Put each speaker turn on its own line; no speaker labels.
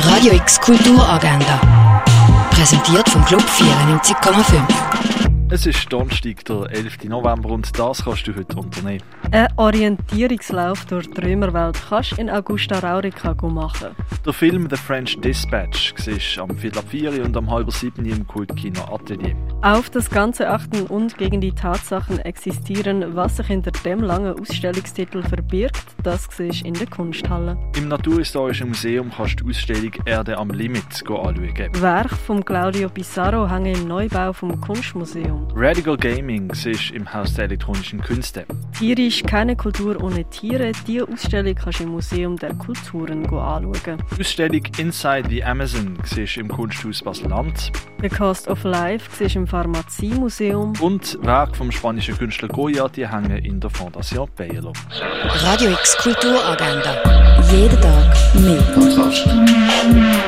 Radio X Kulturagenda. Präsentiert vom Club 94,5.
Es ist Donnerstag, der 11. November und das kannst du heute unternehmen.
Ein Orientierungslauf durch die Römerwelt kannst du in Augusta Raurica machen.
Der Film «The French Dispatch» siehst du am Viertel ab vier und am halb sieben im Kultkino Atelier.
Auf das Ganze achten und gegen die Tatsachen existieren, was sich hinter dem langen Ausstellungstitel verbirgt, das siehst du in der Kunsthalle.
Im Naturhistorischen Museum kannst du die Ausstellung «Erde am Limit» anschauen.
Werk von Claudio Pissarro hängen im Neubau vom Kunstmuseum.
Radical Gaming siehst du im Haus der elektronischen Künste.
Tierisch keine Kultur ohne Tiere. Diese Ausstellung kannst du im Museum der Kulturen anschauen.
Die Ausstellung Inside the Amazon siehst du im Kunsthaus Basel-Land.
The Cost of Life siehst du im Pharmaziemuseum.
Und Werk vom spanischen Künstler Goya, die hängen in der Fondation Bayerlo.
Radio X Kulturagenda. Jeden Tag mehr.